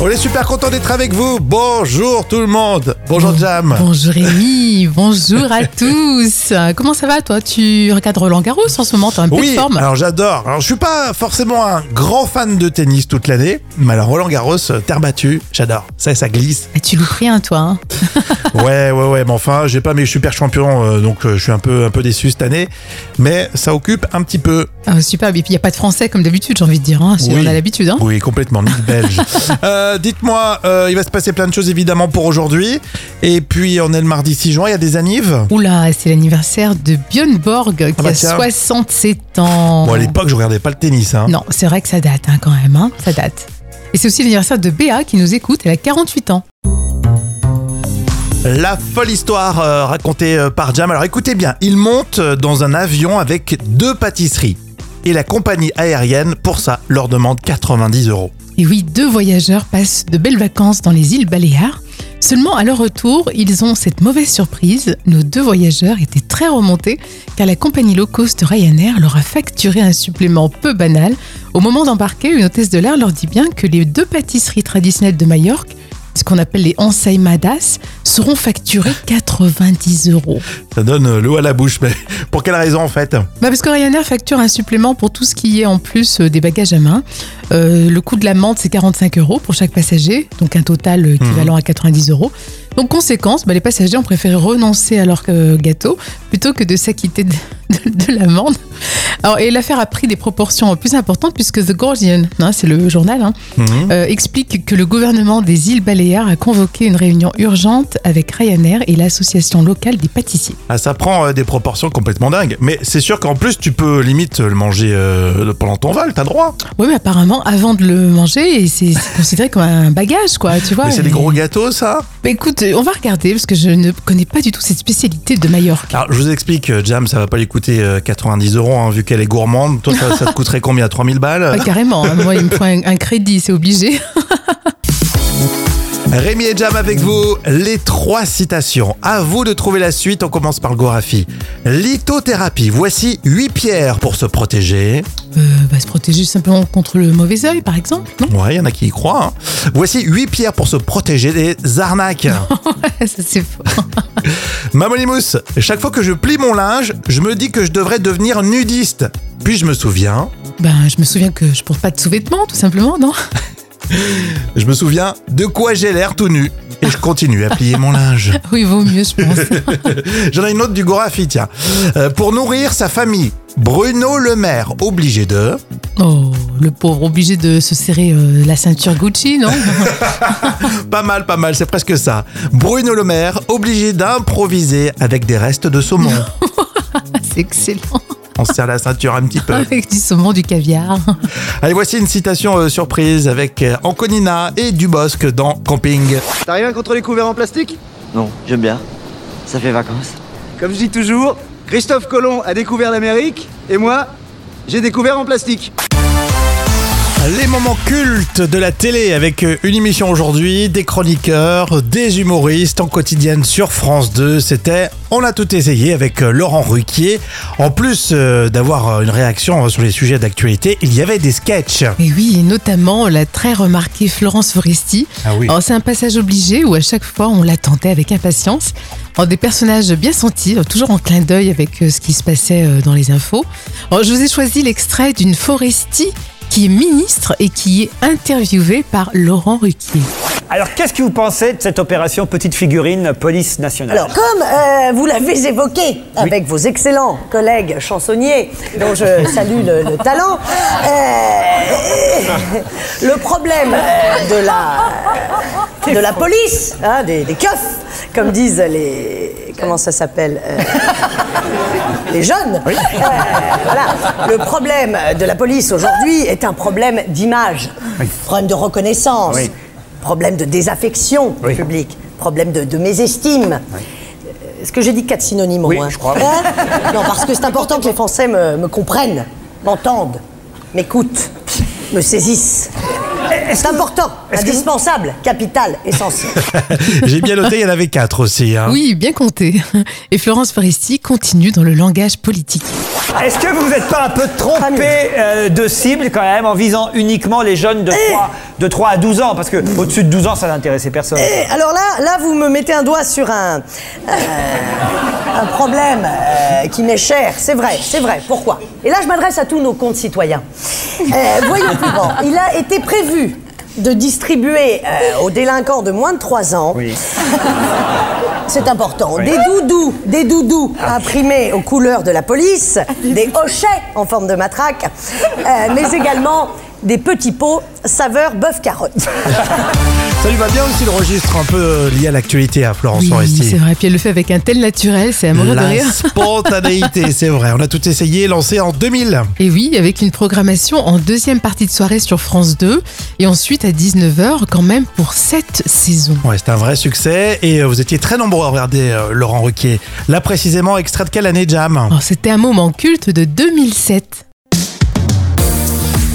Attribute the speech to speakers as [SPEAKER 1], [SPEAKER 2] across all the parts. [SPEAKER 1] On est super content d'être avec vous. Bonjour tout le monde. Bonjour Jam.
[SPEAKER 2] Bonjour Rémi, bonjour à tous. Comment ça va toi Tu regardes Roland Garros en ce moment, t'as un peu de
[SPEAKER 1] Oui, Ah.
[SPEAKER 2] forme.
[SPEAKER 1] alors j'adore. Alors je suis pas forcément un grand fan de tennis toute l'année, mais alors Roland Garros, euh, terre battue, j'adore. Ça, ça glisse.
[SPEAKER 2] Et tu loupes rien toi. hein.
[SPEAKER 1] Ouais, ouais, ouais. Mais enfin, j'ai pas mes super champions, euh, donc euh, je suis un peu, un peu déçu cette année. Mais ça occupe un petit peu.
[SPEAKER 2] Ah, superbe, et puis il n'y a pas de français comme d'habitude j'ai envie de dire, hein.
[SPEAKER 1] Oui.
[SPEAKER 2] on a l'habitude. Hein.
[SPEAKER 1] Oui, complètement, ni de belge. Euh, Dites-moi, euh, il va se passer plein de choses évidemment pour aujourd'hui. Et puis on est le mardi 6 juin, il y a des anives.
[SPEAKER 2] Oula, c'est l'anniversaire de Björn Borg qui
[SPEAKER 1] Ah bah
[SPEAKER 2] a
[SPEAKER 1] tiens.
[SPEAKER 2] 67 ans.
[SPEAKER 1] Bon, hein. à l'époque, je regardais pas le tennis. Hein.
[SPEAKER 2] non, c'est vrai que ça date hein, quand même, hein. ça date. Et c'est aussi l'anniversaire de Béa qui nous écoute, elle a 48 ans.
[SPEAKER 1] La folle histoire euh, racontée euh, par Jam. Alors écoutez bien, il monte euh, dans un avion avec deux pâtisseries. Et la compagnie aérienne, pour ça, leur demande 90 euros.
[SPEAKER 2] Et oui, deux voyageurs passent de belles vacances dans les îles Baléares. Seulement, à leur retour, ils ont cette mauvaise surprise. Nos deux voyageurs étaient très remontés car la compagnie low cost Ryanair leur a facturé un supplément peu banal. Au moment d'embarquer, une hôtesse de l'air leur dit bien que les deux pâtisseries traditionnelles de Majorque, ce qu'on appelle les ensaimadas, seront facturées 90 euros.
[SPEAKER 1] Ça donne euh, l'eau à la bouche, mais pour quelle raison en fait
[SPEAKER 2] Bah parce que Ryanair facture un supplément pour tout ce qui est en plus euh, des bagages à main. Euh, le coût de l'amende, c'est 45 euros pour chaque passager, donc un total euh, équivalent à 90 euros. Donc, conséquence, bah, les passagers ont préféré renoncer à leur euh, gâteau plutôt que de s'acquitter de, de- de l'amende. Alors, et l'affaire a pris des proportions plus importantes puisque The Guardian, hein, c'est le journal, hein,
[SPEAKER 1] Mhm.
[SPEAKER 2] euh, explique que le gouvernement des îles Baléares a convoqué une réunion urgente avec Ryanair et l'association locale des pâtissiers.
[SPEAKER 1] Ah, Ça prend euh, des proportions complètement dingues. Mais c'est sûr qu'en plus, tu peux limite euh, le manger euh, pendant ton vol, t'as droit.
[SPEAKER 2] Oui, mais apparemment, avant de le manger, et c'est c'est considéré comme un bagage, quoi, tu vois.
[SPEAKER 1] mais c'est des
[SPEAKER 2] Et-
[SPEAKER 1] gros gâteaux, ça
[SPEAKER 2] Bah, écoute, euh, on va regarder, parce que je ne connais pas du tout cette spécialité de Majorque.
[SPEAKER 1] Alors, je vous explique, euh, Jam, ça va pas lui coûter euh, 90 euros, hein, vu qu'elle est gourmande. Toi, ça, ça te coûterait combien 3000
[SPEAKER 2] Pas
[SPEAKER 1] balles
[SPEAKER 2] carrément, hein. moi, il me faut un, un crédit, c'est obligé.
[SPEAKER 1] Rémi et Jam avec vous, les trois citations. À vous de trouver la suite, on commence par le Gorafi. Lithothérapie, voici 8 pierres pour se protéger.
[SPEAKER 2] Euh, bah, se protéger simplement contre le mauvais œil, par exemple, non
[SPEAKER 1] Ouais, il y en a qui y croient. hein. Voici 8 pierres pour se protéger des arnaques.
[SPEAKER 2] Ça, c'est faux.
[SPEAKER 1] Mamonimous, chaque fois que je plie mon linge, je me dis que je devrais devenir nudiste. Puis je me souviens,
[SPEAKER 2] Ben, je me souviens que je porte pas de sous-vêtements, tout simplement, non
[SPEAKER 1] je me souviens de quoi j'ai l'air tout nu. Et je continue à plier mon linge.
[SPEAKER 2] Oui, vaut mieux, je pense.
[SPEAKER 1] J'en ai une autre du Gorafi, tiens. Euh, pour nourrir sa famille, Bruno Le Maire, obligé de...
[SPEAKER 2] Oh, le pauvre, obligé de se serrer euh, la ceinture Gucci, non Ah,
[SPEAKER 1] Pas mal, pas mal, c'est presque ça. Bruno Le Maire, obligé d'improviser avec des restes de saumon.
[SPEAKER 2] C'est excellent,
[SPEAKER 1] On se serre la ceinture un petit peu.
[SPEAKER 2] avec du saumon, du caviar.
[SPEAKER 1] Allez, voici une citation euh, surprise avec euh, Anconina et Dubosc dans Camping.
[SPEAKER 3] T'as rien contre les couverts en plastique
[SPEAKER 4] Non, j'aime bien. Ça fait vacances.
[SPEAKER 3] Comme je dis toujours, Christophe Colomb a découvert l'Amérique et moi, j'ai découvert en plastique.
[SPEAKER 1] Les moments cultes de la télé avec euh, une émission aujourd'hui, des chroniqueurs, des humoristes en quotidienne sur France 2. C'était On a tout essayé avec euh, Laurent Ruquier. En plus euh, d'avoir euh, une réaction euh, sur les sujets d'actualité, il y avait des sketchs.
[SPEAKER 2] Et oui, et notamment la très remarquée Florence Foresti.
[SPEAKER 1] Ah oui.
[SPEAKER 2] Alors, c'est un passage obligé où à chaque fois on l'attendait avec impatience. Alors, des personnages bien sentis, euh, toujours en clin d'œil avec euh, ce qui se passait euh, dans les infos. Alors, je vous ai choisi l'extrait d'une Foresti qui est ministre et qui est interviewée par Laurent Ruquier.
[SPEAKER 5] Alors, qu'est-ce que vous pensez de cette opération Petite Figurine Police Nationale
[SPEAKER 6] Alors, comme euh, vous l'avez évoqué avec vos excellents collègues chansonniers, dont je salue le, le talent, euh, le problème euh, de la, de la police, hein, des, des keufs, comme disent les. Comment ça s'appelle euh, Les jeunes. Euh, voilà. Le problème de la police aujourd'hui est un problème d'image, problème de reconnaissance,
[SPEAKER 5] Oui.
[SPEAKER 6] problème de désaffection
[SPEAKER 5] Oui.
[SPEAKER 6] publique, problème de, de mésestime. Est-ce que j'ai dit quatre synonymes au
[SPEAKER 5] Oui,
[SPEAKER 6] moins
[SPEAKER 5] je crois.
[SPEAKER 6] Hein Non, parce que c'est important que les Français me, me comprennent, m'entendent, m'écoutent, me saisissent. C'est important, indispensable, capital, essentiel.
[SPEAKER 1] J'ai bien noté, il y en avait quatre aussi. hein.
[SPEAKER 2] Oui, bien compté. Et Florence Foresti continue dans le langage politique.
[SPEAKER 5] Est-ce que vous n'êtes pas un peu trompé euh, de cible quand même en visant uniquement les jeunes de 3, de 3 à 12 ans Parce que au-dessus de 12 ans, ça n'intéressait personne.
[SPEAKER 6] Et Eh, alors là, là, vous me mettez un doigt sur un, euh, un problème euh, qui m'est cher. C'est vrai, c'est vrai. Pourquoi Et là, je m'adresse à tous nos comptes citoyens. Euh, voyons plus grand. Il a été prévu de distribuer euh, aux délinquants de moins de 3 ans
[SPEAKER 5] Oui.
[SPEAKER 6] c'est important. Des doudous, des doudous imprimés aux couleurs de la police, des hochets en forme de matraque, euh, mais également des petits pots saveur bœuf carotte.
[SPEAKER 1] Ça lui va bien aussi le registre un peu euh, lié à l'actualité à Florence
[SPEAKER 2] Oui,
[SPEAKER 1] Foresti.
[SPEAKER 2] c'est vrai. Puis elle le fait avec un tel naturel, c'est à mourir de
[SPEAKER 1] La
[SPEAKER 2] rire.
[SPEAKER 1] spontanéité, c'est vrai. On a tout essayé, lancé en 2000.
[SPEAKER 2] Et oui, avec une programmation en deuxième partie de soirée sur France 2 et ensuite à 19h quand même pour cette saison.
[SPEAKER 1] Ouais, c'était un vrai succès et euh, vous étiez très nombreux à regarder euh, Laurent Ruquier. Là précisément, extrait de quelle année Jam
[SPEAKER 2] Alors, Oh, C'était un moment culte de 2007.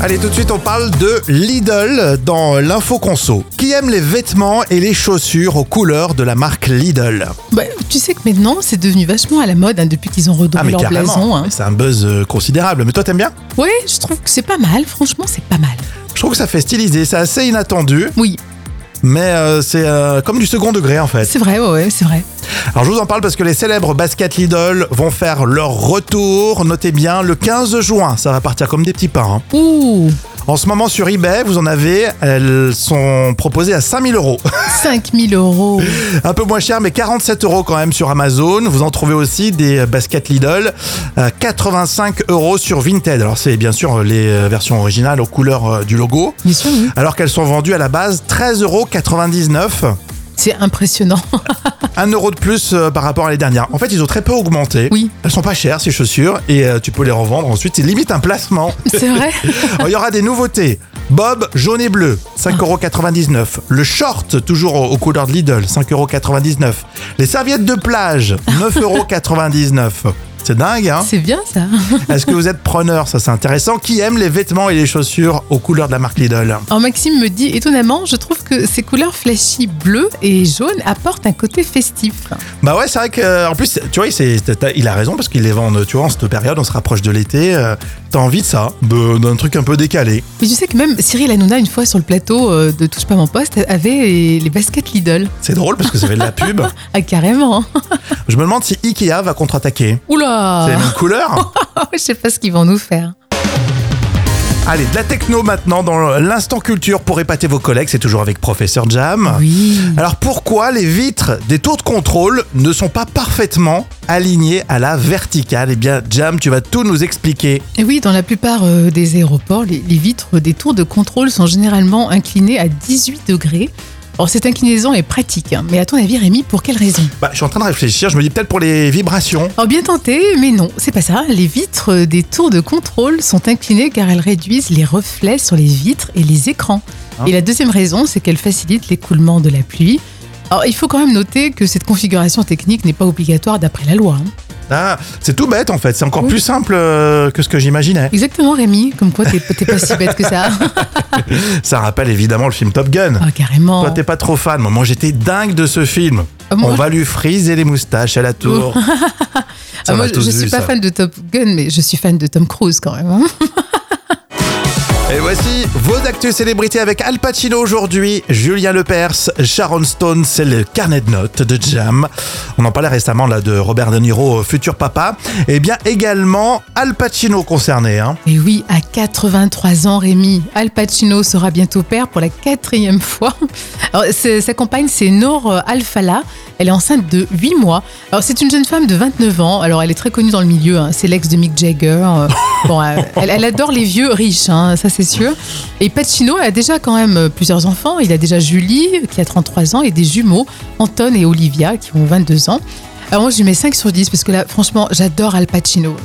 [SPEAKER 1] Allez, tout de suite, on parle de Lidl dans l'info conso. Qui aime les vêtements et les chaussures aux couleurs de la marque Lidl
[SPEAKER 2] Bah, tu sais que maintenant, c'est devenu vachement à la mode hein, depuis qu'ils ont
[SPEAKER 1] Ah,
[SPEAKER 2] redoublé leur blason. hein.
[SPEAKER 1] C'est un buzz euh, considérable. Mais toi, t'aimes bien
[SPEAKER 2] Ouais, je trouve que c'est pas mal. Franchement, c'est pas mal.
[SPEAKER 1] Je trouve que ça fait stylisé, c'est assez inattendu,
[SPEAKER 2] Oui,
[SPEAKER 1] mais euh, c'est euh, comme du second degré en fait.
[SPEAKER 2] c'est vrai, ouais, ouais, c'est vrai.
[SPEAKER 1] Alors je vous en parle parce que les célèbres baskets Lidl vont faire leur retour, notez bien, le 15 juin. Ça va partir comme des petits pains. hein.
[SPEAKER 2] Ouh,
[SPEAKER 1] En ce moment sur eBay, vous en avez, elles sont proposées à 5000 euros.
[SPEAKER 2] 5000 euros.
[SPEAKER 1] Un peu moins cher, mais 47 euros quand même sur Amazon. Vous en trouvez aussi des baskets Lidl, euh, 85 euros sur Vinted. Alors c'est bien sûr les euh, versions originales aux couleurs euh, du logo.
[SPEAKER 2] Bien sûr, oui.
[SPEAKER 1] Alors qu'elles sont vendues à la base 13,99 euros.
[SPEAKER 2] C'est impressionnant.
[SPEAKER 1] 1 euro de plus euh, par rapport à les dernières. En fait, ils ont très peu augmenté.
[SPEAKER 2] Oui.
[SPEAKER 1] Elles sont pas chères, ces chaussures, et euh, tu peux les revendre ensuite. C'est limite un placement.
[SPEAKER 2] c'est vrai.
[SPEAKER 1] Alors, Il y aura des nouveautés. Bob jaune et bleu, 5,99€. Le short, toujours aux aux couleurs de Lidl, 5,99€. Les serviettes de plage, 9,99€. C'est dingue, hein
[SPEAKER 2] C'est bien ça.
[SPEAKER 1] Est-ce que vous êtes preneur Ça, c'est intéressant. Qui aime les vêtements et les chaussures aux couleurs de la marque Lidl
[SPEAKER 2] Alors Maxime me dit, étonnamment, je trouve que ces couleurs flashy bleu et jaune apportent un côté festif.
[SPEAKER 1] Bah ouais, c'est vrai que euh, en plus, tu vois, c'est- t'as- t'as- il a raison parce qu'ils les vendent. Tu vois, en cette période, on se rapproche de l'été. euh, T'as envie de ça, de- d'un truc un peu décalé.
[SPEAKER 2] Mais je sais que même Cyril Hanouna, une fois sur le plateau euh, de Touche pas mon poste, avait les baskets Lidl.
[SPEAKER 1] C'est drôle parce que ça fait de la pub.
[SPEAKER 2] Ah, carrément
[SPEAKER 1] Je me demande si Ikea va contre-attaquer. C'est les
[SPEAKER 2] Oula
[SPEAKER 1] mêmes couleurs.
[SPEAKER 2] Ah, Je sais pas ce qu'ils vont nous faire.
[SPEAKER 1] Allez, de la techno maintenant dans l'instant culture pour épater vos collègues, c'est toujours avec Professeur Jam.
[SPEAKER 2] Oui
[SPEAKER 1] Alors pourquoi les vitres des tours de contrôle ne sont pas parfaitement alignées à la verticale Eh bien Jam, tu vas tout nous expliquer.
[SPEAKER 2] Et oui, dans la plupart euh, des aéroports, les, les vitres des tours de contrôle sont généralement inclinées à 18 degrés. Or, cette inclinaison est pratique, hein. mais à ton avis, Rémi, pour quelle raison
[SPEAKER 1] Bah, je suis en train de réfléchir, je me dis peut-être pour les vibrations.
[SPEAKER 2] Alors, bien tenté, mais non, c'est pas ça. Les vitres des tours de contrôle sont inclinées car elles réduisent les reflets sur les vitres et les écrans.
[SPEAKER 1] Ah.
[SPEAKER 2] Et la deuxième raison, c'est qu'elles facilitent l'écoulement de la pluie. Alors, il faut quand même noter que cette configuration technique n'est pas obligatoire d'après la loi. hein.
[SPEAKER 1] Ah, c'est tout bête en fait, c'est encore plus simple euh, que ce que j'imaginais.
[SPEAKER 2] Exactement, Rémi, comme quoi t'es t'es pas si bête que ça.
[SPEAKER 1] Ça rappelle évidemment le film Top Gun.
[SPEAKER 2] Mm. Ah, carrément.
[SPEAKER 1] Toi t'es pas trop fan, moi moi, j'étais dingue de ce film.
[SPEAKER 2] Ah, moi,
[SPEAKER 1] On va lui friser les moustaches à la tour.
[SPEAKER 2] Ah,
[SPEAKER 1] Ça, on
[SPEAKER 2] moi,
[SPEAKER 1] l'a
[SPEAKER 2] je
[SPEAKER 1] tous
[SPEAKER 2] je
[SPEAKER 1] vu,
[SPEAKER 2] suis pas
[SPEAKER 1] ça.
[SPEAKER 2] fan de Top Gun, mais je suis fan de Tom Cruise quand même. hein.
[SPEAKER 1] Et voici vos actus célébrités avec Al Pacino aujourd'hui, Julien Lepers, Sharon Stone, c'est le carnet de notes de Jam. On en parlait récemment là de Robert De Niro, euh, futur papa. Et bien également Al Pacino concerné. Hein.
[SPEAKER 2] Et oui, à 83 ans, Rémi, Al Pacino sera bientôt père pour la quatrième fois. Alors, c'est- sa compagne, c'est Noor euh, Al-Fallah. Elle est enceinte de 8 mois. Alors, c'est une jeune femme de 29 ans. Alors, elle est très connue dans le milieu. hein. C'est l'ex de Mick Jagger. Euh, bon, euh, elle, elle adore les vieux riches, hein, ça c'est sûr. Et Pacino a déjà quand même euh, plusieurs enfants. Il a déjà Julie, qui a 33 ans, et des jumeaux, Anton et Olivia, qui ont 22 ans. Alors moi, je lui mets 5 sur 10 parce que là, franchement, j'adore Al Pacino.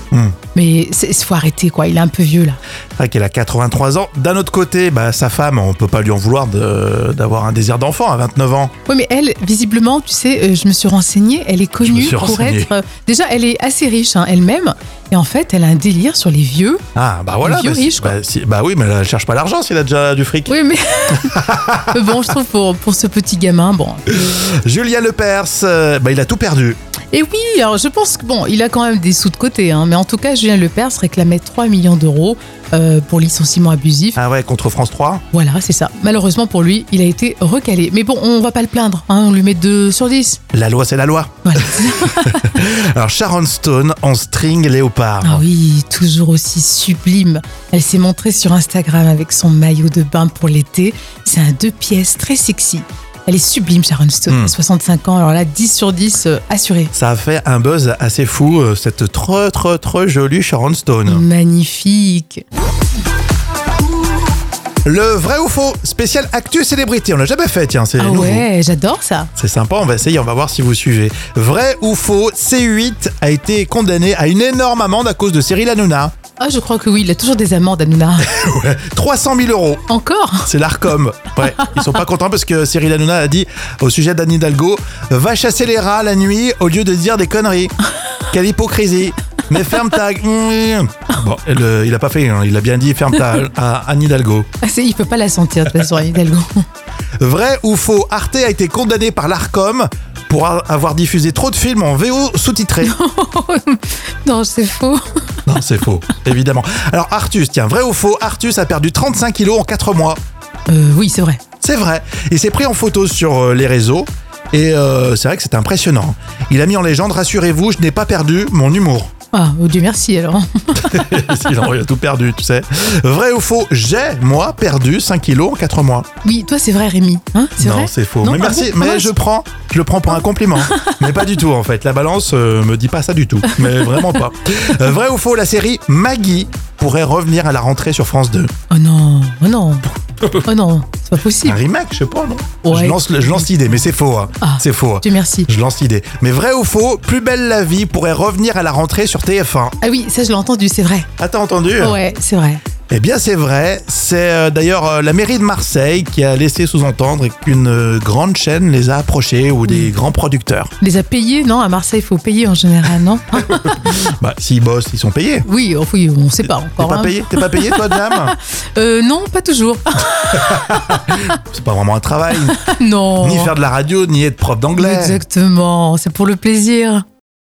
[SPEAKER 2] Mais il faut arrêter, quoi. Il est un peu vieux, là.
[SPEAKER 1] C'est vrai Ah, qu'elle a 83 ans. D'un autre côté, bah, sa femme, on peut pas lui en vouloir de- d'avoir un désir d'enfant à 29 ans.
[SPEAKER 2] Oui, mais elle, visiblement, tu sais, euh, je me suis renseignée, elle est
[SPEAKER 1] me
[SPEAKER 2] connue
[SPEAKER 1] suis
[SPEAKER 2] pour
[SPEAKER 1] renseignée.
[SPEAKER 2] être. euh, déjà, elle est assez riche hein, elle-même. Et en fait, elle a un délire sur les vieux.
[SPEAKER 1] Ah, bah voilà.
[SPEAKER 2] vieux
[SPEAKER 1] bah,
[SPEAKER 2] riche, quoi.
[SPEAKER 1] bah, si- bah oui, mais elle cherche pas l'argent s'il a déjà du fric.
[SPEAKER 2] Oui, mais. Mais bon, je trouve pour, pour ce petit gamin, bon.
[SPEAKER 1] Julien Lepers, euh, bah, il a tout perdu.
[SPEAKER 2] Et oui, alors je pense que bon, il a quand même des sous de côté, hein, mais en tout cas, Julien Lepers réclamait 3 millions d'euros euh, pour licenciement abusif.
[SPEAKER 1] Ah ouais, contre France 3.
[SPEAKER 2] Voilà, c'est ça. Malheureusement pour lui, il a été recalé. Mais bon, on va pas le plaindre, hein, on lui met 2 sur 10.
[SPEAKER 1] La loi, c'est la loi.
[SPEAKER 2] Voilà.
[SPEAKER 1] Alors Sharon Stone en string léopard.
[SPEAKER 2] Ah oui, toujours aussi sublime. Elle s'est montrée sur Instagram avec son maillot de bain pour l'été. C'est un deux pièces très sexy. Elle est sublime, Sharon Stone,
[SPEAKER 1] Hmm.
[SPEAKER 2] 65 ans. Alors là, 10 sur 10, euh, assuré.
[SPEAKER 1] Ça a fait un buzz assez fou, euh, cette trop trop trop jolie Sharon
[SPEAKER 2] Mm.
[SPEAKER 1] Stone.
[SPEAKER 2] Magnifique.
[SPEAKER 1] Le vrai ou faux, spécial actu célébrité, on l'a jamais fait, tiens, c'est
[SPEAKER 2] Ah
[SPEAKER 1] nouveau.
[SPEAKER 2] ouais, j'adore ça.
[SPEAKER 1] C'est sympa, on va essayer, on va voir si vous suivez. Vrai ou faux, C8 a été condamné à une énorme amende à cause de Cyril Hanouna.
[SPEAKER 2] Ah, je crois que oui, il a toujours des amendes, Hanouna.
[SPEAKER 1] 300 000 euros,
[SPEAKER 2] Encore
[SPEAKER 1] c'est l'ARCOM. Ouais, ils sont pas contents parce que Cyril Hanouna a dit au sujet d'Anne Hidalgo Va chasser les rats la nuit au lieu de dire des conneries. Quelle hypocrisie Mais ferme ta. mmh. Bon, le- il a pas fait, hein, il a bien dit ferme ta à Anne Hidalgo.
[SPEAKER 2] Ah, c'est- Il peut pas la sentir, de toute façon, Hidalgo.
[SPEAKER 1] Vrai ou faux, Arte a été condamné par l'ARCOM pour a- avoir diffusé trop de films en VO sous-titrés.
[SPEAKER 2] non, c'est faux.
[SPEAKER 1] Non, c'est faux, évidemment. Alors, Artus, tiens, vrai ou faux, Artus a perdu 35 kilos en 4 mois.
[SPEAKER 2] Euh, oui, c'est vrai.
[SPEAKER 1] C'est vrai. Il s'est pris en photo sur euh, les réseaux. Et euh, c'est vrai que c'est impressionnant. Il a mis en légende Rassurez-vous, je n'ai pas perdu mon humour.
[SPEAKER 2] Ah, oh Dieu merci alors.
[SPEAKER 1] il a tout perdu, tu sais. Vrai ou faux, j'ai, moi, perdu 5 kilos en 4 mois.
[SPEAKER 2] Oui, toi, c'est vrai, Rémi. Hein, c'est
[SPEAKER 1] non,
[SPEAKER 2] vrai
[SPEAKER 1] c'est faux.
[SPEAKER 2] Non,
[SPEAKER 1] mais
[SPEAKER 2] ah
[SPEAKER 1] merci,
[SPEAKER 2] bon,
[SPEAKER 1] mais
[SPEAKER 2] mince.
[SPEAKER 1] je prends, je le prends pour un compliment. mais pas du tout, en fait. La balance euh, me dit pas ça du tout. Mais vraiment pas. Euh, vrai ou faux, la série Maggie pourrait revenir à la rentrée sur France 2.
[SPEAKER 2] Oh non, oh non. Oh non, c'est pas
[SPEAKER 1] Un
[SPEAKER 2] possible.
[SPEAKER 1] remake, je sais pas, non
[SPEAKER 2] Ouais.
[SPEAKER 1] Je lance, le- je lance l'idée, mais c'est faux. hein.
[SPEAKER 2] Ah.
[SPEAKER 1] C'est faux. hein.
[SPEAKER 2] Dieu merci.
[SPEAKER 1] Je lance l'idée. Mais vrai ou faux, Plus belle la vie pourrait revenir à la rentrée sur TF1.
[SPEAKER 2] Ah oui, ça je l'ai entendu, c'est vrai.
[SPEAKER 1] Ah, t'as entendu
[SPEAKER 2] Ouais, c'est vrai.
[SPEAKER 1] Eh bien, c'est vrai. C'est euh, d'ailleurs euh, la mairie de Marseille qui a laissé sous-entendre qu'une euh, grande chaîne les a approchés ou des
[SPEAKER 2] Mm.
[SPEAKER 1] grands producteurs.
[SPEAKER 2] On Les a payés, non À Marseille, il faut payer en général, non Ah,
[SPEAKER 1] Bah, s'ils bossent, ils sont payés.
[SPEAKER 2] Oui, oh, oui, on sait pas
[SPEAKER 1] T'es
[SPEAKER 2] encore.
[SPEAKER 1] pas
[SPEAKER 2] hein.
[SPEAKER 1] payé T'es pas payé, toi, Jam
[SPEAKER 2] Euh, non, pas toujours.
[SPEAKER 1] C'est pas vraiment un travail.
[SPEAKER 2] non.
[SPEAKER 1] Ni faire de la radio, ni être prof d'anglais.
[SPEAKER 2] Exactement, c'est pour le plaisir.